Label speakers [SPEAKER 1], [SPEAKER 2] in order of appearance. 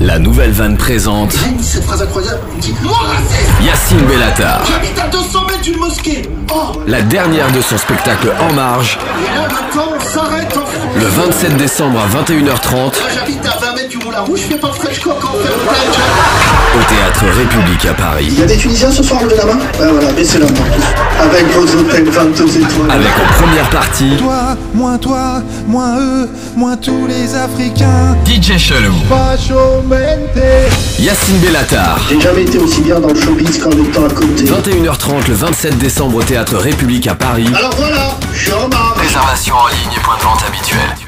[SPEAKER 1] La nouvelle vanne présente
[SPEAKER 2] J'ai mis cette phrase incroyable. Dites-moi raciste
[SPEAKER 1] Yacine Bellatar,
[SPEAKER 2] J'habite à 200 mètres d'une mosquée. Oh
[SPEAKER 1] la dernière de son spectacle En Marge,
[SPEAKER 2] Et là, le temps s'arrête en France.
[SPEAKER 1] le 27 décembre à 21h30
[SPEAKER 2] Moi, J'habite à 20 mètres du Moulin Rouge, je fais pas de fresh coq en fait.
[SPEAKER 1] au Théâtre République à Paris.
[SPEAKER 2] Il y a des Tunisiens ce soir, levez la main Ouais, voilà, baissez la main. Avec vos hôtels 22 étoiles.
[SPEAKER 1] Avec en première partie,
[SPEAKER 3] Toi, moins toi, moins eux, moins tous les Africains.
[SPEAKER 1] DJ Chelou,
[SPEAKER 3] Facho mente.
[SPEAKER 1] Yacine Bellatar.
[SPEAKER 2] J'ai jamais été aussi bien dans le showbiz qu'en étant à côté.
[SPEAKER 1] 21h30 le 27 décembre au Théâtre République à Paris.
[SPEAKER 2] Alors voilà, je suis en marre.
[SPEAKER 1] Réservation en ligne et point de vente habituel.